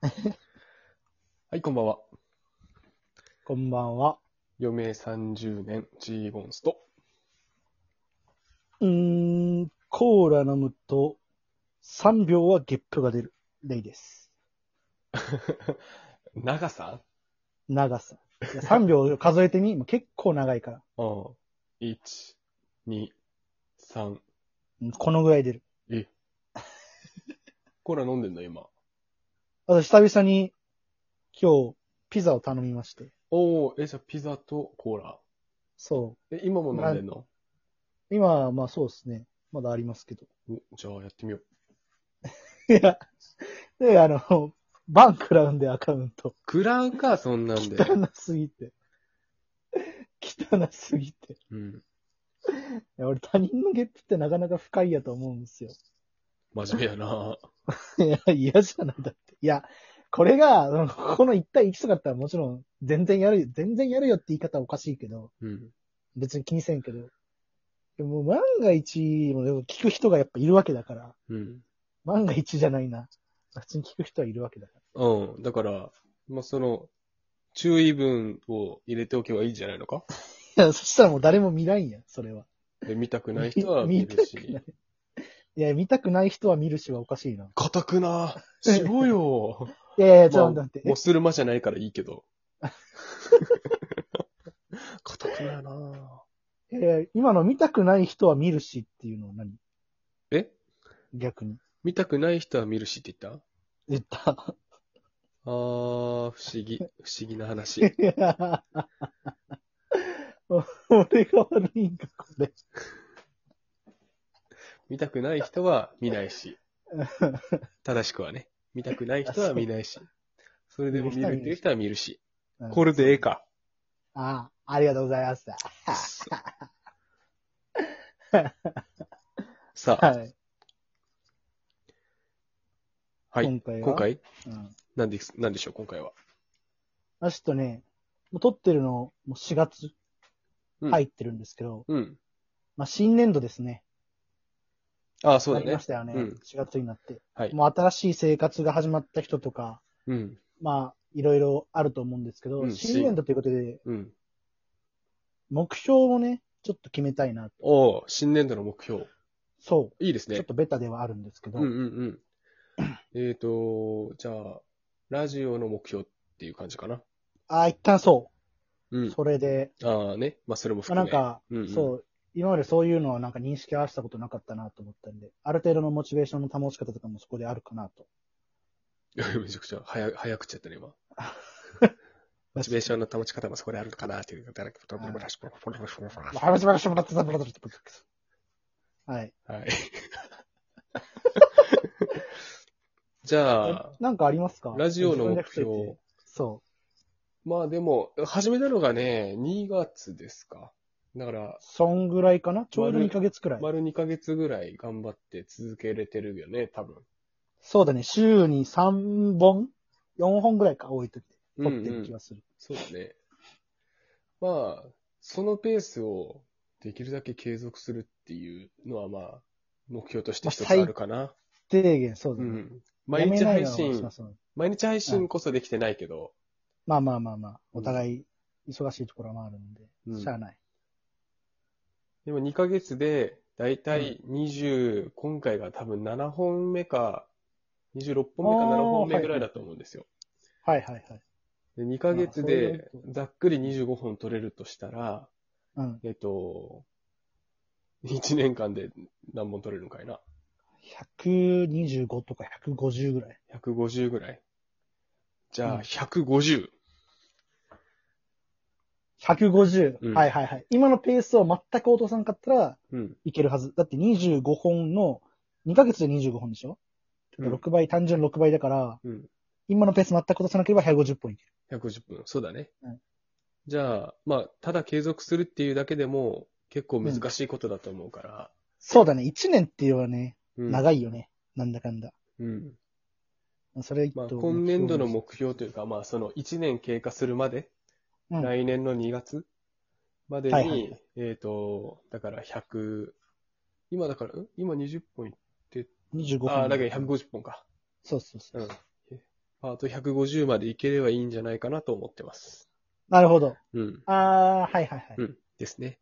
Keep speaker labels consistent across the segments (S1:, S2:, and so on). S1: はい、こんばんは。
S2: こんばんは。
S1: 余命30年、ジーゴンスと。
S2: うーん、コーラ飲むと3秒はゲップが出る。レイです。
S1: 長さ
S2: 長さ。いや3秒数えてみもう結構長いから。
S1: うん。1、2、3。
S2: うんこのぐらい出る。
S1: コーラ飲んでんの、今。
S2: あと久々に今日ピザを頼みまして。
S1: おー、え、じゃあピザとコーラ。
S2: そ
S1: え、今も飲んでんの、
S2: う。今はまあそうですね。まだありますけど。
S1: おじゃあやってみよう。
S2: いや、で、あの、バン食らうんでアカウント。
S1: 食らうか、そんなん で。
S2: 汚すぎて。汚すぎて。い
S1: うん。
S2: や俺他人のゲップってなかなか深いやと思うんですよ。
S1: 真面目やな。
S2: いや、嫌じゃないだって。いや、これが、そのここの一対一とかだったらもちろん、全然やるよ、全然やるよって言い方はおかしいけど、
S1: うん。
S2: 別に気にせんけど。でも万が一、もう聞く人がやっぱいるわけだから、
S1: うん。
S2: 万が一じゃないな。普通に聞く人はいるわけだから。
S1: うん。だから、まあ、その、注意文を入れておけばいいんじゃないのか
S2: いや、そしたらもう誰も見ないんや、それは。
S1: で見たくない人は見る
S2: 見たくな
S1: し
S2: い。。いや、見たくない人は見るしはおかしいな。
S1: 固くな。しろ よ。
S2: いやいや、ち
S1: ま
S2: ょ
S1: あ
S2: っと待って。
S1: もうする間じゃないからいいけ ど。固くないな
S2: ええ今の見たくない人は見るしっていうのは何
S1: え
S2: 逆に。
S1: 見たくない人は見るしって言った
S2: 言った。
S1: あー、不思 議、不思議な話。
S2: いや 俺が悪いんか、これ。
S1: 見たくない人は見ない し。正しくはね。見たくない人は見ないし。それでも見るっていう人は見るし。これでええか。
S2: ああ、ありがとうございました。
S1: さあ、
S2: はい。
S1: はい。
S2: 今回は
S1: 今回
S2: うん、
S1: なんで、なんでしょう、今回は。
S2: あちょっとね、もう撮ってるの、もう4月
S1: うん
S2: 入ってるんですけど、
S1: うん。
S2: まあ新年度ですね。
S1: ああ、そうだ
S2: なり
S1: ね
S2: まし。たよね。
S1: うん
S2: 4月になって。
S1: はい。
S2: もう新しい生活が始まった人とか、
S1: うん。
S2: まあ、いろいろあると思うんですけど、
S1: うん
S2: 新年度ということで、
S1: うん。
S2: 目標をね、ちょっと決めたいな。
S1: おお新年度の目標。
S2: そ
S1: いいです
S2: う。ちょ
S1: ね
S2: っ。とベタではあるんですけど、
S1: うんうんうん。えっと、じゃあ、ラジオの目標っていう感じかな。
S2: ああ、一旦そうう。
S1: ん。
S2: それで、
S1: ああね。まあ、それも
S2: まあ、
S1: 含
S2: な
S1: め。
S2: んか、
S1: うんうん
S2: そう、今までそういうのはなんか認識合わせたことなかったなと思ったんで、ある程度のモチベーションの保ち方とかもそこであるかなと。
S1: めちゃくちゃ早、早口やったね、 今。モチベーションの保ち方もそこであるのかなっていう。は
S2: はい。
S1: い。じゃあ、
S2: なんかありますか
S1: ラジオの目
S2: 自分で言っとい
S1: 標
S2: て。そ
S1: まあでも、始めたのがね、2月ですか。だから
S2: う。、そんぐらいかなちょうど
S1: 丸
S2: 2ヶ月くらい。
S1: 丸2ヶ月ぐらい頑張って続けれてるよね、多分。
S2: そうだね。週に3本 ?4 本ぐらいか、多い時で。
S1: う
S2: 撮
S1: ん
S2: って
S1: う
S2: る
S1: ん
S2: 気がする。
S1: そうだね。まあ、そのペースをできるだけ継続するっていうのはまあ、目標として一つあるかな。
S2: 低減、そうだ
S1: う
S2: ね。
S1: ん。毎
S2: やめ
S1: 日
S2: な
S1: 配
S2: いのはし
S1: 信
S2: ま、すので
S1: 毎日配信こそできてないけど、
S2: まあまあまあまあ、お互い忙しいところもあるんで、
S1: うん
S2: しゃあない。
S1: でも2ヶ月で、だいたい20、今回が多分7本目か、26本目か7本目ぐらいだと思うんですよ。
S2: はいはいはい。
S1: で2ヶ月で、ざっくり25本取れるとしたら、
S2: うん。
S1: えっと、1年間で何本取れるんかいな。
S2: 125とか150ぐらい。
S1: 150ぐらい。じゃ
S2: う
S1: あ、
S2: ん
S1: 150。
S2: 150、
S1: うん
S2: はいはいはい。今のペースを全く落とさなかったら
S1: うん。
S2: いけるはず。だって25本の、2ヶ月で25本でしょ、
S1: うん
S2: ?6 倍、単純6倍だから、
S1: うん
S2: 今のペース全く落とさなければ150本いける。
S1: 110分。そうだね
S2: うん。
S1: じゃあ、まあ、ただ継続するっていうだけでも、結構難しいことだと思うから。
S2: そうだね。1年っていうのはね、
S1: うん。
S2: 長いよね。なんだかんだ。
S1: うん。
S2: それ一
S1: まあ、
S2: 等
S1: 今年度の目標というか、まあ、その1年経過するまで、
S2: うん
S1: 来年の2月までに、
S2: はいはいは
S1: えっ、と、だから100、今だから、ん今20本いっ
S2: 25本。
S1: ああ、だから150本か。
S2: そうそうそうう。
S1: ん。パート150までいければいいんじゃないかなと思ってます。
S2: なるほど。
S1: うん。
S2: あー、はいはいはい。
S1: うん。ですね。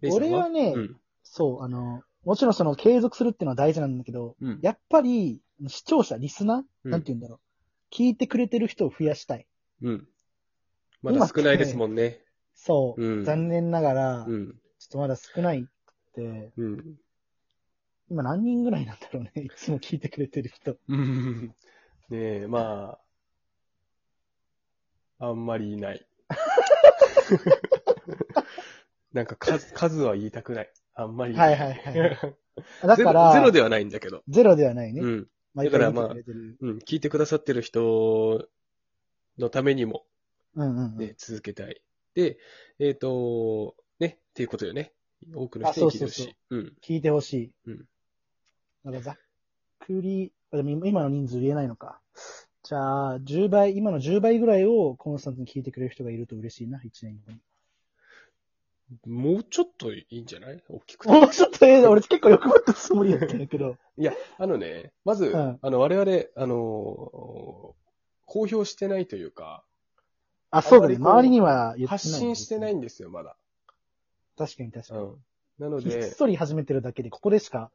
S1: レイさん
S2: 俺はね、
S1: うん。
S2: そう、あの、もちろんその継続するっていうのは大事なんだけど、
S1: うん。
S2: やっぱり、視聴者、リスナー、
S1: うん
S2: なんて言うんだろう。聞いてくれてる人を増やしたい。
S1: うん。まだ少ないですもんね。
S2: そう。
S1: うん
S2: 残念ながら、
S1: う
S2: ちょっ
S1: ん。
S2: とまだ少ないって、
S1: うん。
S2: 今何人ぐらいなんだろうね。 いつも聞いてくれてる人。
S1: うん。ねえ、まあ、あんまりい ない。なんか数、数は言いたくない。あんまり
S2: はい
S1: い。
S2: はいはい。だから、
S1: ゼロゼロ
S2: で
S1: ではないんだけど。
S2: ゼロではないうね。
S1: ん。
S2: 毎
S1: だか
S2: 回
S1: ら
S2: 見
S1: まあ
S2: てくれてる。
S1: うん。聞いてくださってる人のためにも、
S2: うんうんう
S1: ね
S2: ん。
S1: 続けたい。で、えっ、と、ね、っていうことよね。多くの人に聞いてほしい。
S2: あそう
S1: うん。
S2: 聞いてほしい。
S1: うん
S2: だからざっくり、あでも今今の人数言えないのか。じゃあ、10倍、今の10倍ぐらいをコンスタントに聞いてくれる人がいると嬉しいな、1年 後に。
S1: もうちょっといいんじゃない大きくて。
S2: もうちょっと、え俺結構欲張ったつもりやったんやけど。
S1: いや、あのね、まず、
S2: うん
S1: あの、我々、あのー公表してないというか、
S2: あ、そうだね。
S1: あまりこう
S2: 周りには言ってない。
S1: 発信してない。んですよ、まだ。
S2: 確かに確か
S1: う
S2: に。
S1: ん。なの
S2: ひっ
S1: で、
S2: そり始めてるだけで、ここでしか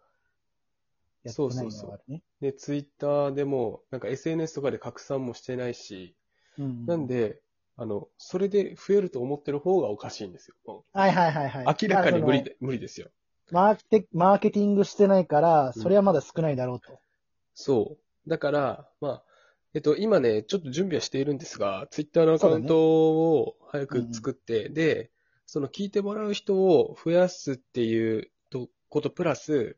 S2: やって
S1: そ
S2: ない
S1: うそ
S2: の
S1: う
S2: が
S1: そ
S2: あるね。
S1: ね、ツイッターでも、なんか SNS とかで拡散もしてないし、
S2: うん
S1: なん。で、あの、それで増えると思ってる方がおかしいんですよ。も
S2: はいはいはいは
S1: う
S2: い。
S1: 明らかに無理
S2: だから
S1: で、無理ですよ。
S2: そのマーケテ。マーケティングしてないから、
S1: うん
S2: それはまだ少ないだろうと。
S1: そう。だから、まあ、えっと、今ね、ちょっと準備はしているんですが、ツイッターのアカウントを早く作って、で、その聞いてもらう人を増やすっていうとことプラス、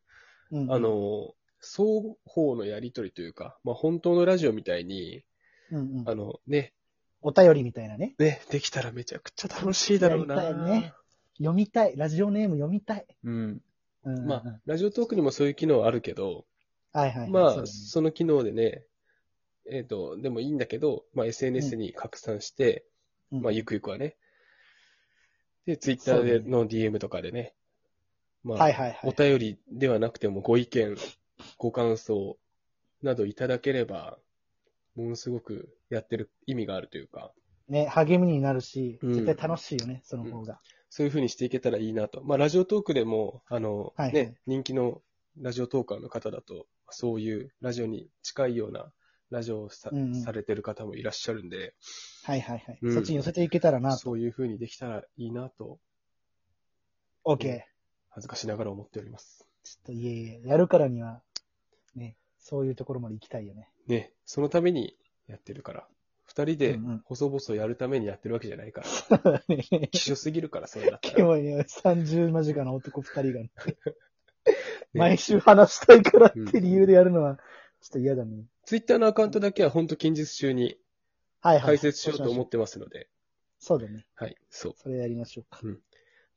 S2: うんうん
S1: あ、の、双方のやりとりというか、まあ、本当のラジオみたいに、
S2: うんうん
S1: あの、ね、
S2: お便りみたいなね。
S1: ね、できたらめちゃくちゃ楽しいだろう
S2: やりたいね
S1: な。
S2: 読みたい。ラジオネーム読みたい。
S1: うん。
S2: うんうんうん
S1: まあ、ラジオトークにもそういう機能あるけど、
S2: はいはいはい。
S1: まあ、
S2: そうだ
S1: そ
S2: ね
S1: の機能でね、えっ、と、でもいいんだけど、まあ、SNS に拡散して、
S2: うん
S1: まあ、ゆくゆくはね。で、ツイッターで
S2: そう
S1: の DM とかでね。まあ、
S2: はいはいは
S1: お
S2: い。
S1: 便りではなくてもご意見、ご感想などいただければ、ものすごくやってる意味があるというか、
S2: ね、励みになるし、
S1: うん
S2: 絶対楽しいよね、その方が。
S1: そういうふうにしていけたらいいなと。まあ、ラジオトークでも、あの、
S2: はいはい
S1: ね、人気のラジオトーカーの方だと、そういうラジオに近いようなラジオをさ,、
S2: うんうん
S1: されてる方もいらっしゃるんで、
S2: はいはいはい、
S1: うん
S2: そっちに寄せていけたらなと。
S1: そういうふうにできたらいいなと、
S2: オッケー。
S1: 恥ずかしながら思っております。
S2: ちょっといえいえ、やるからには、ね、そういうところまで行きたいよね。
S1: ね、そのためにやってるから。二人で
S2: うんうん
S1: 細々やるためにやってるわけじゃないから。希少すぎるから、それだった
S2: キ
S1: ら。
S2: モいね、30間近の男二人が、毎
S1: ね、
S2: 週話したいからって理由でやるのは、ちょっと嫌だね。
S1: ツイッターのアカウントだけは本当近日中に
S2: はいはい。
S1: 解説しようと思
S2: て。
S1: ってますので。
S2: そうだね。
S1: はい、そう。
S2: それやりましょうか。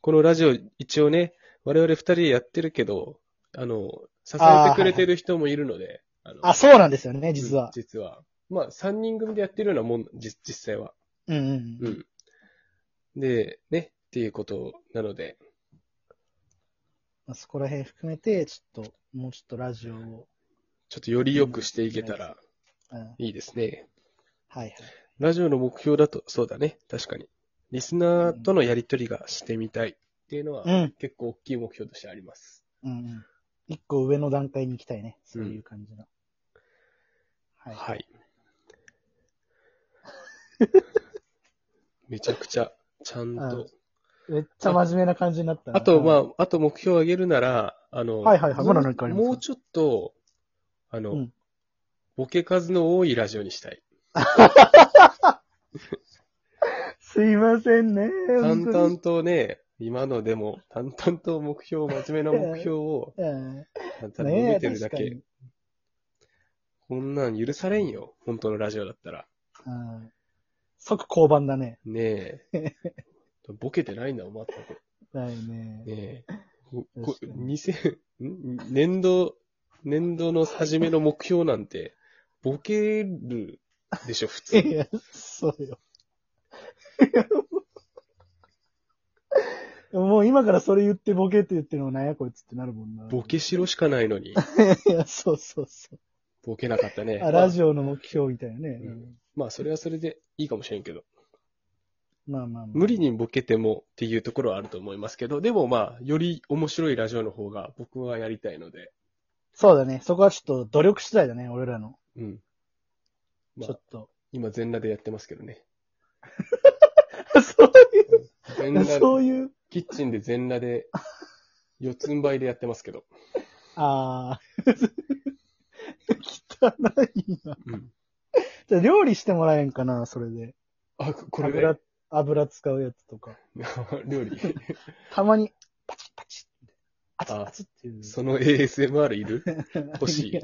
S1: このラジオ、一応ね、我々二人でやってるけど、あの、支えてくれてる人もいるので、あ,、の
S2: あ、そうなんですよね、
S1: うん
S2: 実は。
S1: 実は。まあ、三人組でやってるようなもん、じ実際は。
S2: うんうん
S1: う
S2: うん。
S1: ん。で、ね、っていうことなので、
S2: まあ、そこら辺含めて、ちょっと、もうちょっとラジオを、
S1: ちょっとより良くしていけたら
S2: うん。はい
S1: いいですね。
S2: はい。
S1: ラジオの目標だと、そうだね。確かに。リスナーとのやりとりがしてみたいっていうのは、
S2: うん。
S1: 結構大きい目標としてあります。
S2: うんうん。一個上の段階に行きたいね。そういう感じの。はい。
S1: はい。めちゃくちゃ、ちゃんと。
S2: めっちゃ真面目な感じになったな
S1: あと、
S2: あ、
S1: まあ、あと目標を上げるなら、あの、
S2: はいはいは
S1: も
S2: い
S1: う
S2: まだ何かあります
S1: もうちょっと、あの、
S2: うん
S1: ボケ数の多いラジオにしたい。
S2: すいませんね。
S1: 淡
S2: 本当
S1: 々
S2: に
S1: とね、今のでも、淡々と目標、真面目な目標を、
S2: うん
S1: ただ
S2: ねえ
S1: 見てるだ
S2: 確か
S1: け
S2: に。
S1: こんなん許されんよ。本当のラジオだったら。
S2: うん即交番だね。
S1: ねえ。 ボケてないんだ、お前って。
S2: だよね。
S1: ねえ。ここ
S2: 確か
S1: 2000ん年度、年度の初めの目標なんて、ボケるでしょ、普通。
S2: いや、そ うよ。いやもう今からそれ言ってボケって言ってるのなんやこいつってなるもんな。
S1: ボケしろしかないのに。
S2: いや、そうそうそう。
S1: ボケなかったね。
S2: あ、ラジオの目標みたいなね。うん
S1: まあ、それはそれでいいかもしれんけど。
S2: まあまあまあ。
S1: 無理にボケてもっていうところはあると思いますけど、でもまあ、より面白いラジオの方が僕はやりたいので。
S2: そうだね。そこはちょっと努力次第だね、俺らの。
S1: うん。ま
S2: ちょ
S1: あ
S2: っ、と。
S1: 今全裸でやってますけどね。
S2: そう
S1: 全
S2: いう、そ
S1: 裸
S2: う
S1: で、
S2: いう、
S1: キッチンで全裸で、四つん這いでやってますけど。
S2: ああ。 汚いな。
S1: うん。
S2: じゃあ料理してもらえんかな、それで。
S1: あ、これ
S2: 油
S1: で、、
S2: 油使うやつとか。
S1: 料理。
S2: たまに、パチッパチッ。あ
S1: あ
S2: つあつっていう。
S1: その ASMR い る欲しい
S2: や。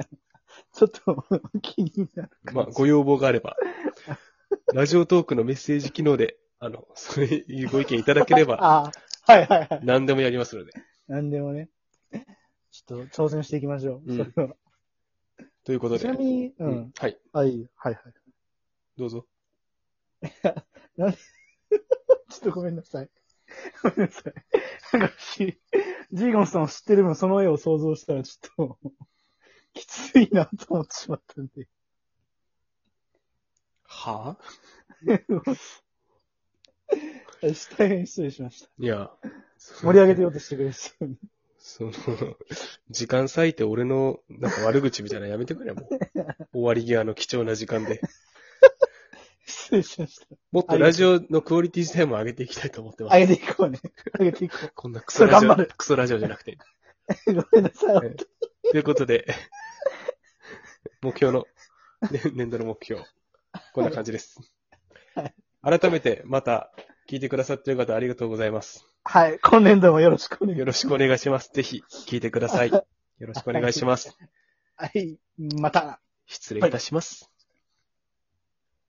S2: ちょっと、気になる。
S1: まあ、ご要望があれば。ラジオトークのメッセージ機能で、あの、そういうご意見いただけれ ば、
S2: ああ、はいはいはい。
S1: 何でもやりますので。
S2: なんでもね。ちょっと挑戦していきましょう。
S1: うん
S2: それは
S1: ということで。
S2: ちなみに、う
S1: うんん。。はい。
S2: あ、いいよ。はい はい。
S1: どうぞ。
S2: ちょっとごめんなさい。 ごめんなさい。なんか私、ジーゴンさんを知ってる分、その絵を想像したらちょっと、 きついなと思ってしまったんで。
S1: はあ
S2: 大変失礼しました。
S1: いや。
S2: 盛り上げてようとしてくれる人に。
S1: その、時間割いて俺の、なんか悪口みたいなのやめてくれ、 もう。終わり際の貴重な時間で。
S2: 失礼しました。
S1: もっとラジオのクオリティ自体も上げていきたいと思ってます。
S2: 上げていこうね。上げていこう。
S1: こんなクソラジオ、
S2: 頑張る
S1: クソラジオじゃなくて。
S2: ごめんなさい。
S1: えということで、目標の、ね年度の目標、こんな感じです。改めて、また、聞いてくださってる方ありがとうございます。
S2: はい。今年度もよろしくお願いし
S1: よ
S2: ま
S1: ろしくお願いします。ぜひ、聞いてください。よろしくお願いします。
S2: す。はい。また。
S1: 失礼いたします。